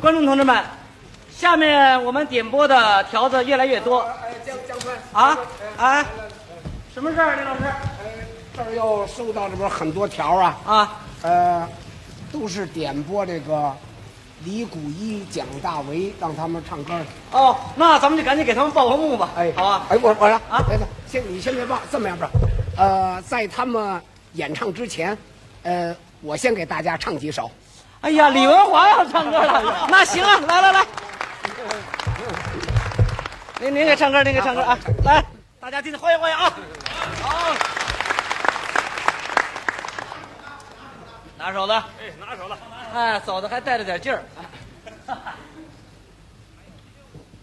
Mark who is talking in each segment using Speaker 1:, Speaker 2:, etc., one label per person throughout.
Speaker 1: 观众同志们，下面我们点播的条子越来越多
Speaker 2: 哎，江江川
Speaker 1: 啊！哎
Speaker 2: 来来，
Speaker 1: 什么事儿，林啊老师？
Speaker 2: 哎这儿又收到里边很多条啊，
Speaker 1: 啊，
Speaker 2: 呃，都是点播这个李谷一、蒋大为，让他们唱歌儿。
Speaker 1: 哦，那咱们就赶紧给他们报个幕吧，
Speaker 2: 哎，
Speaker 1: 好吧？
Speaker 2: 哎，我我说
Speaker 1: 啊
Speaker 2: 等等，先你先别报，这么样吧，呃，在他们演唱之前，呃，我先给大家唱几首。
Speaker 1: 哎呀，李文华要唱歌了，那行啊，来来来，您您给唱歌，您给唱歌啊！来，大家进去欢迎欢迎啊！好，拿手的，
Speaker 3: 哎，拿手了，
Speaker 1: 哎，走的还带着点劲儿。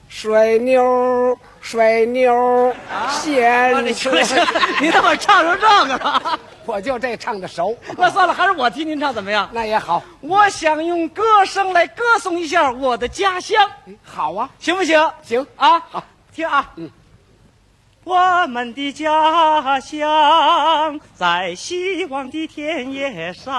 Speaker 2: 水妞，水妞，
Speaker 1: 啊
Speaker 2: 仙
Speaker 1: 你
Speaker 2: 出
Speaker 1: 行，了行了， 你怎么唱成这个了？
Speaker 2: 我就这唱的熟，
Speaker 1: 那算了，还是我替您唱怎么样？
Speaker 2: 那也好，
Speaker 1: 我想用歌声来歌颂一下我的家乡，
Speaker 2: 哎好啊，
Speaker 1: 行不行？
Speaker 2: 行，
Speaker 1: 啊，
Speaker 2: 好，
Speaker 1: 听啊，
Speaker 2: 嗯，
Speaker 1: 我们的家乡在希望的田野上，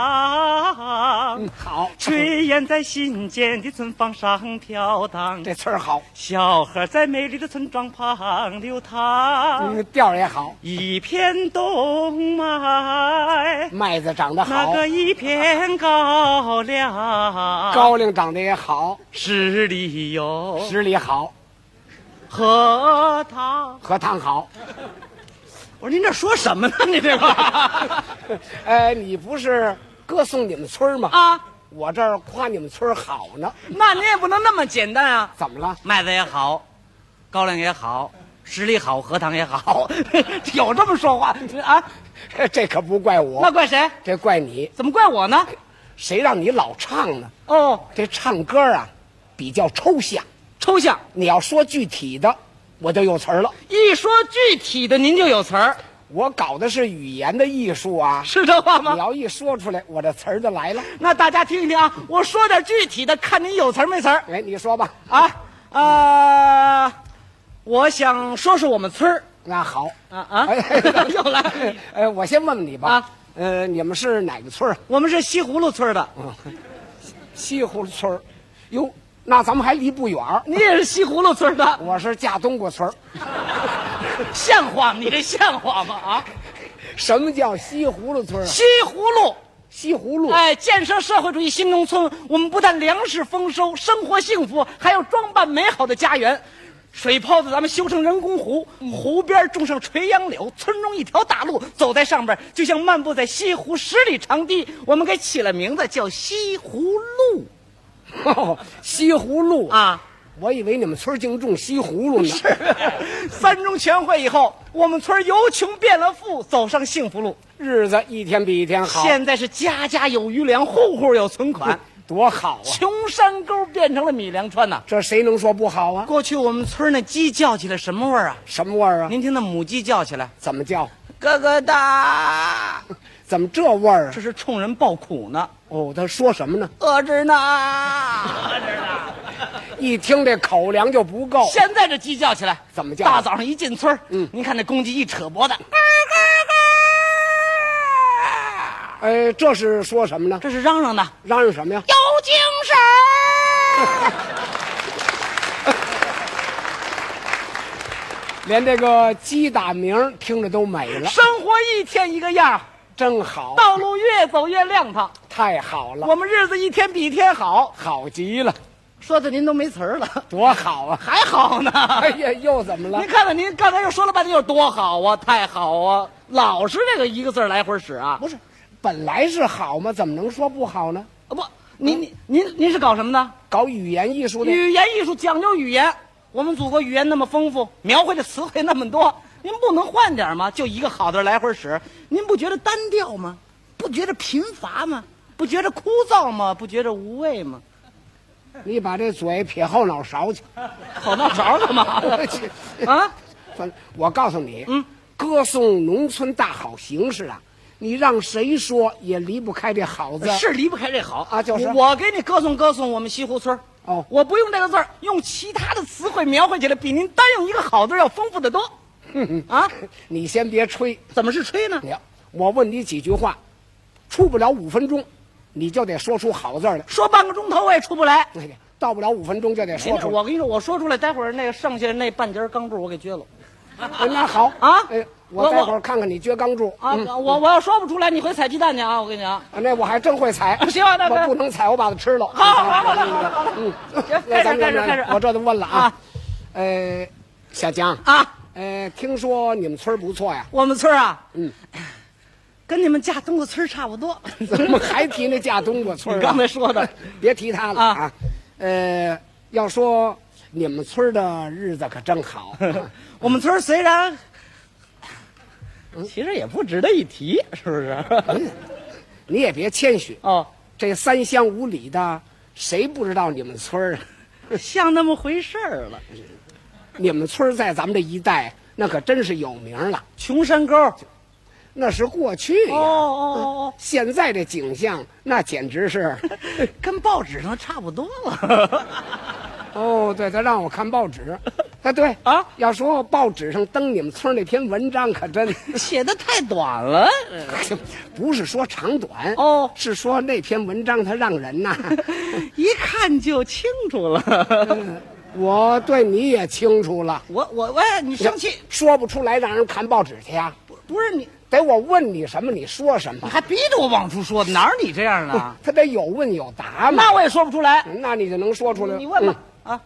Speaker 2: 嗯，好，
Speaker 1: 炊烟在新建的村房上飘荡，
Speaker 2: 这词儿好，
Speaker 1: 小河在美丽的村庄旁流淌，
Speaker 2: 嗯，调儿也好，
Speaker 1: 一片冬麦，
Speaker 2: 麦子长得
Speaker 1: 那
Speaker 2: 好，
Speaker 1: 个一片高粱，
Speaker 2: 高粱长得也好，
Speaker 1: 十里有
Speaker 2: 十里好，
Speaker 1: 荷塘。
Speaker 2: 荷塘好。
Speaker 1: 我说您这说什么呢？你这个
Speaker 2: 呃，你不是歌颂你们村儿吗？
Speaker 1: 啊，
Speaker 2: 我这儿夸你们村儿好呢。
Speaker 1: 那你也不能那么简单啊。
Speaker 2: 怎么了？
Speaker 1: 麦子也好，高粱也好，十里好，荷塘也好， 有这么说话啊？
Speaker 2: 这可不怪我
Speaker 1: 那，怪谁？
Speaker 2: 这怪你。
Speaker 1: 怎么怪我呢？
Speaker 2: 谁让你老唱呢？
Speaker 1: 哦，
Speaker 2: 这唱歌啊，比较抽象。
Speaker 1: 抽象。
Speaker 2: 你要说具体的，我就有词儿了。
Speaker 1: 一说具体的，您就有词儿，
Speaker 2: 我搞的是语言的艺术啊。
Speaker 1: 是这话
Speaker 2: 你
Speaker 1: 吗？
Speaker 2: 要一说出来，我这词儿就来了。
Speaker 1: 那大家听一听啊，我说点具体的，看您有词儿没词儿
Speaker 2: 哎，你说吧。
Speaker 1: 啊？呃，我想说说我们村儿
Speaker 2: 那好。
Speaker 1: 啊啊
Speaker 2: 哎，
Speaker 1: 又来。
Speaker 2: 呃，我先问问你吧。
Speaker 1: 啊。
Speaker 2: 呃，你们是哪个村儿？
Speaker 1: 我们是西葫芦村儿的，
Speaker 2: 西湖村儿。哟，那咱们还离不远儿。
Speaker 1: 你也是西葫芦村儿的，
Speaker 2: 我是架冬瓜村儿。
Speaker 1: 像话吗？你这像话吗？啊，
Speaker 2: 什么叫西葫芦村儿啊？
Speaker 1: 西葫芦。
Speaker 2: 西葫芦。
Speaker 1: 哎，建设社会主义新农村，我们不但粮食丰收，生活幸福，还要装扮美好的家园。水泡子咱们修成人工湖，湖边种上垂杨柳，村中一条大路，走在上边就像漫步在西湖十里长堤。我们给起了名字叫西湖路
Speaker 2: 哦，西葫芦！
Speaker 1: 啊。
Speaker 2: 我以为你们村儿竟种西葫芦呢。
Speaker 1: 三中全会以后，我们村由穷变了富，走上幸福路。
Speaker 2: 日子一天比一天好，
Speaker 1: 现在是家家有余粮，户户有存款，
Speaker 2: 多好啊！
Speaker 1: 穷山沟变成了米粮川呐、
Speaker 2: 这谁能说不好啊？
Speaker 1: 过去我们村儿那鸡叫起来什么味儿啊？
Speaker 2: 什么味儿啊？
Speaker 1: 您听那母鸡叫起来，
Speaker 2: 怎么叫？
Speaker 1: 咯咯哒，
Speaker 2: 怎么这味儿啊
Speaker 1: 这？是冲人报苦呢，
Speaker 2: 哦，他说什么呢？
Speaker 1: 饿着呢，饿着呢。
Speaker 2: 一听这口粮就不够。
Speaker 1: 现在这鸡叫起来
Speaker 2: 怎么叫
Speaker 1: 大早上一进村儿，嗯，您看那公鸡一扯脖子，咯咯咯，
Speaker 2: 哎，这是说什么呢？
Speaker 1: 这是嚷嚷的，
Speaker 2: 嚷嚷什么呀？
Speaker 1: 有精神儿。
Speaker 2: 连这个鸡打鸣儿听着都美了，
Speaker 1: 生活一天一个样儿，
Speaker 2: 真好，
Speaker 1: 道路越走越亮堂，
Speaker 2: 太好了，
Speaker 1: 我们日子一天比一天好。
Speaker 2: 好极了，
Speaker 1: 说的您都没词儿了，
Speaker 2: 多好啊！
Speaker 1: 还好呢。
Speaker 2: 哎呀，又怎么了
Speaker 1: 您？看看，您刚才又说了半天，有多好啊，太好啊，老是这个一个字儿来回使啊。
Speaker 2: 不是，本来是好嘛，怎么能说不好呢？
Speaker 1: 啊不，您您您您是搞什么的？
Speaker 2: 搞语言艺术的，
Speaker 1: 语言艺术讲究语言，我们祖国语言那么丰富，描绘的词汇那么多，您不能换点吗？就一个好字来回使，您不觉得单调吗？不觉得贫乏吗？不觉得枯燥吗？不觉得无味 吗？
Speaker 2: 你把这嘴撇后脑勺去。
Speaker 1: 口闹勺干嘛了啊，
Speaker 2: 反正我告诉你，嗯，歌颂农村大好形势啊，你让谁说也离不开这好字。，
Speaker 1: 是离不开这好
Speaker 2: 啊就是
Speaker 1: 我给你歌颂歌颂我们西湖村儿
Speaker 2: 哦
Speaker 1: 我不用这个字儿，用其他的词汇描绘起来，比您单用一个好字儿要丰富的 多。啊，
Speaker 2: 你先别吹，
Speaker 1: 怎么是吹呢？
Speaker 2: 你我问你几句话，出不了五分钟，你就得说出好字儿来。
Speaker 1: 说半个钟头我也出不来。
Speaker 2: 哎呀到不了五分钟就得说
Speaker 1: 没那
Speaker 2: 出来。
Speaker 1: 我跟你说，我说出来，待会儿那个剩下那半截儿钢柱我给撅了
Speaker 2: 哎那好
Speaker 1: 啊
Speaker 2: 哎，
Speaker 1: 我
Speaker 2: 我
Speaker 1: 我
Speaker 2: 待会儿看看你撅钢柱
Speaker 1: 啊！我我要说不出来，你回采鸡蛋去啊！我跟你讲，
Speaker 2: 啊，那我还真会踩，
Speaker 1: 行啊那那
Speaker 2: 我不能踩，我把它吃了。
Speaker 1: 好好 好了好了好了，嗯，行，
Speaker 2: 那
Speaker 1: 开
Speaker 2: 咱
Speaker 1: 始
Speaker 2: 们
Speaker 1: 开始
Speaker 2: 咱们
Speaker 1: 开始
Speaker 2: 我这就问了啊
Speaker 1: 啊，
Speaker 2: 呃，小江，
Speaker 1: 啊！
Speaker 2: 呃，听说你们村儿不 错呀，
Speaker 1: 我们村儿啊，嗯，跟你们家东子村儿差不多。
Speaker 2: 怎么还提那架东瓜村儿啊？
Speaker 1: 你刚才说的，
Speaker 2: 别提他了
Speaker 1: 啊
Speaker 2: 啊。呃，要说你们村儿的日子可 真好，
Speaker 1: 我们村儿虽然，其实也不值得一提，是不是？
Speaker 2: 你也别谦虚，
Speaker 1: 哦，
Speaker 2: 这三乡五里的谁不知道你们村儿啊？
Speaker 1: 像那么回事儿了。
Speaker 2: 你们村儿在咱们这一带那可真是有名了，
Speaker 1: 穷山沟，哦
Speaker 2: 那是过去呀。
Speaker 1: 哦哦
Speaker 2: 现在这景象，那简 直是，
Speaker 1: 哦，跟报纸上差不多了。
Speaker 2: 哦，对，他让我看报纸，啊，对
Speaker 1: 啊
Speaker 2: 要说报纸上登你们村儿那篇文章，可真
Speaker 1: 写的太短了，
Speaker 2: 不是说长短
Speaker 1: 哦
Speaker 2: 是说那篇文章它让 人呐，
Speaker 1: 一看就清楚
Speaker 2: 嗯
Speaker 1: 了。
Speaker 2: 我对你也清楚了，
Speaker 1: 我我喂，你生气
Speaker 2: 说不出来，让人看报纸去呀、
Speaker 1: 不不是你，
Speaker 2: 得我问你什么，你说什
Speaker 1: 你
Speaker 2: 么，
Speaker 1: 还逼着我往出说，哪有你这样的啊？
Speaker 2: 他得有问有答嘛。嗯
Speaker 1: 那我也说不出来。
Speaker 2: 那你就能说嗯出来。
Speaker 1: 你问吧、啊，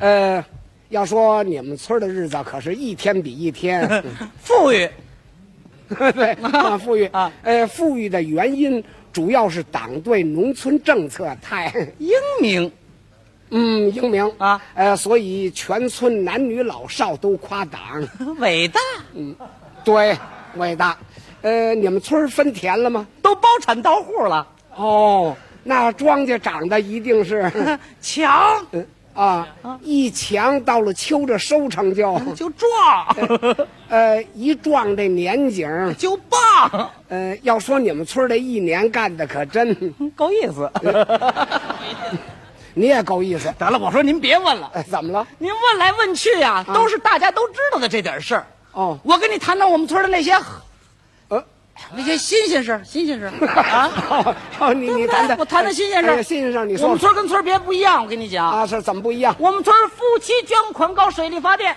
Speaker 2: 嗯，呃，要说你们村儿的日子可是一天比 一天。
Speaker 1: 啊富裕，
Speaker 2: 对，啊，富裕
Speaker 1: 啊
Speaker 2: 呃，富裕的原因主要是党对农村政策太，
Speaker 1: 英明，
Speaker 2: 嗯，英明
Speaker 1: 啊
Speaker 2: 呃，所以全村男女老少都夸党，
Speaker 1: 伟大，
Speaker 2: 嗯对，伟大。呃，你们村儿分田了吗？
Speaker 1: 都包产到户了，
Speaker 2: 哦，那庄稼长得一定是，
Speaker 1: 强
Speaker 2: 嗯啊，一强到了秋这收 成就，
Speaker 1: 就壮
Speaker 2: 呃，一撞这年景儿，
Speaker 1: 就棒，
Speaker 2: 呃，要说你们村儿这一年干的可真，
Speaker 1: 嗯够意思。
Speaker 2: 嗯你也够意思。
Speaker 1: 得了，我说您别问了。
Speaker 2: 哎，怎么了？
Speaker 1: 您问来问去呀、都是大家都知道的这点事儿。
Speaker 2: 嗯哦
Speaker 1: 我跟你谈谈我们村的那些，
Speaker 2: 呃。
Speaker 1: 那些新鲜事儿，新鲜事 儿啊。
Speaker 2: 哦，哦你
Speaker 1: 对
Speaker 2: 你
Speaker 1: 不对
Speaker 2: 谈谈，
Speaker 1: 我谈谈新鲜事儿
Speaker 2: 哎新鲜事儿，你
Speaker 1: 我们
Speaker 2: 说
Speaker 1: 村儿跟村儿别不一样，我跟你讲，
Speaker 2: 啊，是怎么不一样？
Speaker 1: 我们村儿夫妻捐款搞水利发电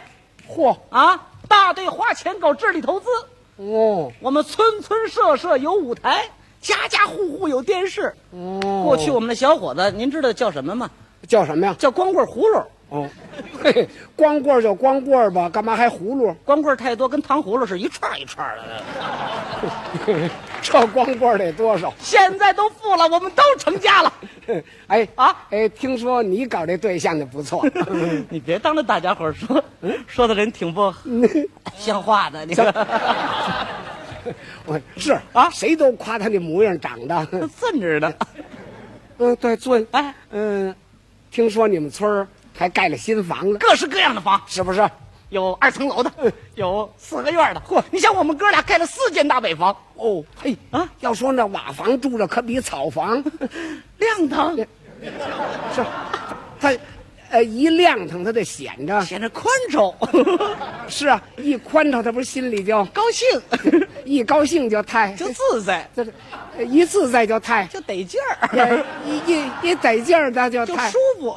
Speaker 2: 嚯，
Speaker 1: 啊，大队花钱搞智力投资，
Speaker 2: 哦
Speaker 1: 我们村村社社有舞台，家家户户有电视。
Speaker 2: 哦，
Speaker 1: 过去我们那小伙子，您知道叫什么吗？
Speaker 2: 叫什么呀？
Speaker 1: 叫光棍葫芦。
Speaker 2: 哦，嘿嘿，光棍儿就光棍儿吧，干嘛还葫芦？
Speaker 1: 光棍太多，跟糖葫芦是一串儿一串儿的。
Speaker 2: 这光棍儿得多少？
Speaker 1: 现在都富了，我们都成家了。
Speaker 2: 哎
Speaker 1: 啊
Speaker 2: 哎，听说你搞这对象的不错，
Speaker 1: 你别当着大家伙儿说，嗯说的人挺 不像话的。你看，
Speaker 2: 我是
Speaker 1: 啊
Speaker 2: 谁都夸他那模样长得，
Speaker 1: 顺着的。
Speaker 2: 嗯，对，尊，
Speaker 1: 哎，
Speaker 2: 嗯，听说你们村儿还盖了新房了，
Speaker 1: 各式各样的房，
Speaker 2: 是不是？
Speaker 1: 有二层楼的，有四合院的。嗯嚯，你像我们哥俩盖了四间大北房，
Speaker 2: 哦，嘿
Speaker 1: 啊，
Speaker 2: 要说那瓦房住着可比草房。
Speaker 1: 亮堂，
Speaker 2: 是，它，呃，一亮堂它得显着。
Speaker 1: 显得宽敞，
Speaker 2: 是啊，一宽敞，他不是心里就
Speaker 1: 高兴，
Speaker 2: 一高兴就太，
Speaker 1: 就自在，
Speaker 2: 这是呃一自在就太，
Speaker 1: 就得劲
Speaker 2: 呃
Speaker 1: 儿，
Speaker 2: 一一一得劲儿他就
Speaker 1: 就
Speaker 2: 太
Speaker 1: 舒，服。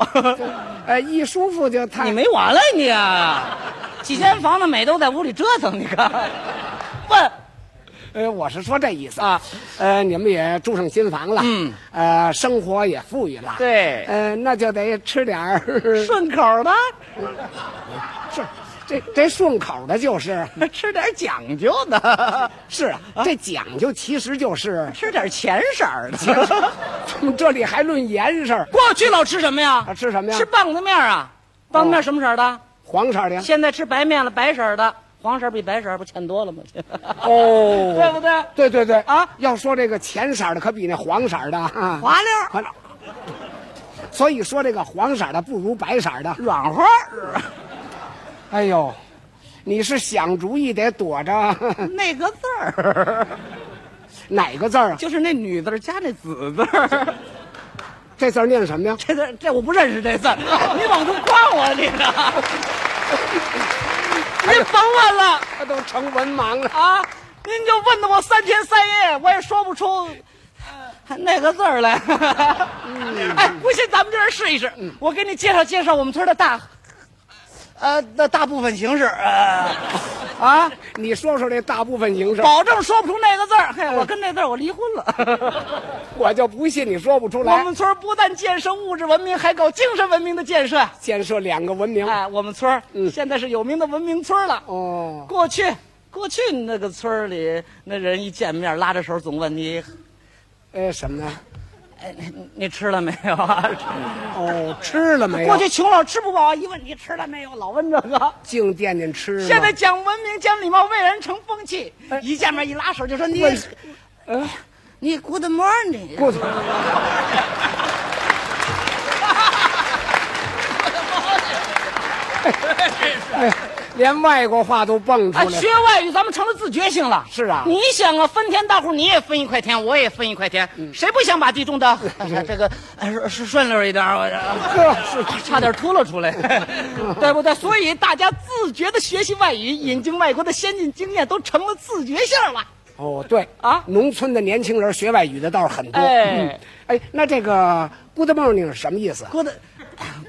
Speaker 2: 呃，一舒服就
Speaker 1: 你
Speaker 2: 太。
Speaker 1: 没完了你啊！几间房子美都在屋里折腾，你看， 问
Speaker 2: 呃，我是说这意思
Speaker 1: 啊。
Speaker 2: 呃，你们也住上新房了，嗯，呃，生活也富裕了，
Speaker 1: 对
Speaker 2: 呃，那就得吃点儿，
Speaker 1: 顺口的，
Speaker 2: 是，这这顺口的就是
Speaker 1: 吃点讲究的，
Speaker 2: 是啊，这讲究其实就是，
Speaker 1: 吃点钱色儿的。
Speaker 2: 我们 这里还论严实儿，
Speaker 1: 过去老吃什么呀
Speaker 2: 啊？吃什么呀
Speaker 1: 吃棒子面啊，棒子面什么色儿的？
Speaker 2: 黄色儿的呀。
Speaker 1: 现在吃白面了，白色儿的，黄色儿比白色儿不欠多了吗？
Speaker 2: 哦，
Speaker 1: 对不对
Speaker 2: 对对对
Speaker 1: 啊
Speaker 2: 要说这个浅色儿的可比那黄色儿的啊，
Speaker 1: 滑溜儿，
Speaker 2: 完了所以说这个黄色儿的不如白色儿的。
Speaker 1: 软花儿，
Speaker 2: 哎呦，你是想主意得躲着
Speaker 1: 那个字 儿
Speaker 2: 哪个字儿啊？
Speaker 1: 就是那女字儿加那子字儿。
Speaker 2: 这字儿念什么呀？
Speaker 1: 这字这我不认识这字儿， 你往出诓我你呢？您甭问了
Speaker 2: 我都成文盲了。
Speaker 1: 啊，您就问的我三天三夜，我也说不出。那个字儿来。哎，不信咱们这儿试一试，我给你介绍介绍我们村的大，呃，的大部分形式，呃，啊，
Speaker 2: 你说说这大部分形式，
Speaker 1: 保证说不出那个字儿。嘿，我跟那字儿我离婚了。
Speaker 2: 我就不信你说不出
Speaker 1: 我
Speaker 2: 来。
Speaker 1: 们村儿不但建设物质文明，还搞精神文明的建设。
Speaker 2: 建设两个文明，
Speaker 1: 哎，我们村儿现在是有名的文明村儿了。
Speaker 2: 哦，
Speaker 1: 过去过去那个村儿里，那人一见面拉着手总问你，
Speaker 2: 呃，什么呢？
Speaker 1: 哎，你你吃了没有啊？
Speaker 2: 哦，吃了没 有？
Speaker 1: 过去穷老吃不饱，一问你吃了没有，老问 这个。
Speaker 2: 净惦念吃吗。
Speaker 1: 现在讲文明、讲礼貌，为人成风气，一见面一拉手就说你，
Speaker 2: 呃
Speaker 1: 你 Good morning。
Speaker 2: 过去哎， 连外国话都蹦出
Speaker 1: 啊，
Speaker 2: 来
Speaker 1: 学
Speaker 2: 了。
Speaker 1: 外语咱们成了自觉性了。
Speaker 2: 是啊
Speaker 1: 你想啊，分田大户你也分一块田，我也分一块田，谁不想把地种 的这个呃顺顺顺溜一点儿？我这
Speaker 2: 这 是
Speaker 1: 差点秃噜出 来，对不对？所以大家自觉的学习外语，引进外国的先进经验，都成了自觉性了。
Speaker 2: 哦，对
Speaker 1: 啊
Speaker 2: 农村的年轻人学外语的倒是很多。
Speaker 1: 哎
Speaker 2: 嗯，哎，那这个 “good morning” 是什么意思？
Speaker 1: Good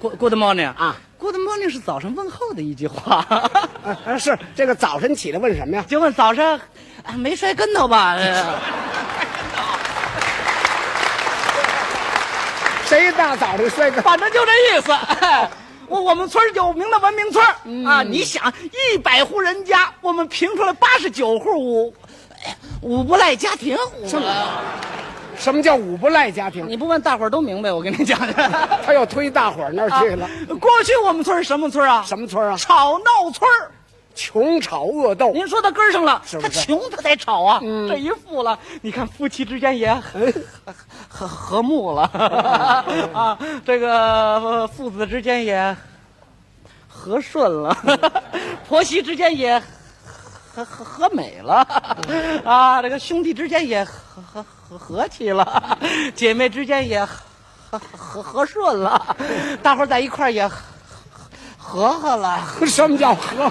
Speaker 1: Good Good morning
Speaker 2: 啊
Speaker 1: ，Good morning 是早上问候的一句话，
Speaker 2: 啊啊，是这个早晨起来问什么呀？
Speaker 1: 就问早上啊没摔跟头吧？呃
Speaker 2: 谁大早晨摔个？
Speaker 1: 反正就这意思。我我们村儿有名的文明村儿、啊，你想一百户人家，我们评出来八十九户五五不赖家庭。我
Speaker 2: 什么叫五不赖家庭？
Speaker 1: 你不问大伙儿都明白，我跟你讲。
Speaker 2: 他又推大伙儿那儿去
Speaker 1: 啊
Speaker 2: 了。
Speaker 1: 过去我们村儿是什么村儿啊？
Speaker 2: 什么村儿啊
Speaker 1: 吵闹村儿。
Speaker 2: 穷吵恶斗。
Speaker 1: 您说到根儿上了，
Speaker 2: 是不
Speaker 1: 他
Speaker 2: 是
Speaker 1: 穷他才吵啊，这一富了，你看夫妻之间也很哎和和睦了 啊，这个呃父子之间也和顺 了，婆媳之间也和和和美了 啊，这个兄弟之间也和和和和气了，姐妹之间也和和和顺了，大伙儿在一块儿也和和和了
Speaker 2: 什么叫和？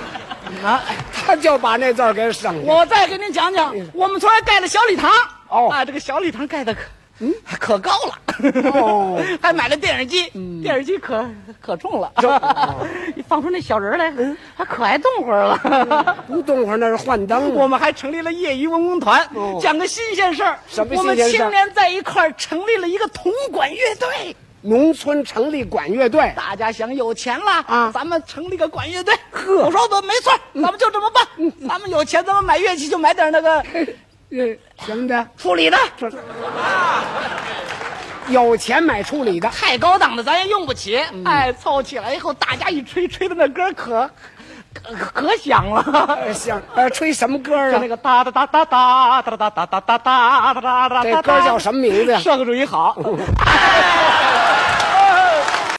Speaker 1: 啊。
Speaker 2: 他就把那字儿给省了。
Speaker 1: 我再给您讲讲，我们村儿还盖了小礼堂。
Speaker 2: 哎哦
Speaker 1: 啊，这个小礼堂盖的可，嗯，可高了。
Speaker 2: 哦， 嗯
Speaker 1: 还买了电视机，电视机可可重了。
Speaker 2: 哦
Speaker 1: 一放出那小人儿来，
Speaker 2: 嗯
Speaker 1: 还可爱动会儿了。
Speaker 2: 不动会儿那是幻灯。 啊
Speaker 1: 我们还成立了业余文工团，讲个新鲜事儿。
Speaker 2: 哦什么
Speaker 1: 我们
Speaker 2: 新鲜事儿
Speaker 1: 青年在一块儿成立了一个铜管乐队。
Speaker 2: 农村成立管乐队，
Speaker 1: 大家想有钱了
Speaker 2: 啊嗯
Speaker 1: 咱们成立个管乐队。我说我没错儿，咱们就这么办。咱们有钱，咱们买乐器就买点那个
Speaker 2: 呃，什么的，
Speaker 1: 处理的。
Speaker 2: 有钱买处理的。
Speaker 1: 太高档的咱也用不起。哎，凑起来以后，大家一吹，吹的那歌可可可响了。
Speaker 2: 呃，像呃，吹什么歌
Speaker 1: 就
Speaker 2: 啊
Speaker 1: 那？个哒哒哒哒哒哒哒哒哒哒哒哒哒哒哒，
Speaker 2: 这歌叫什么名字呀
Speaker 1: 社会主义好。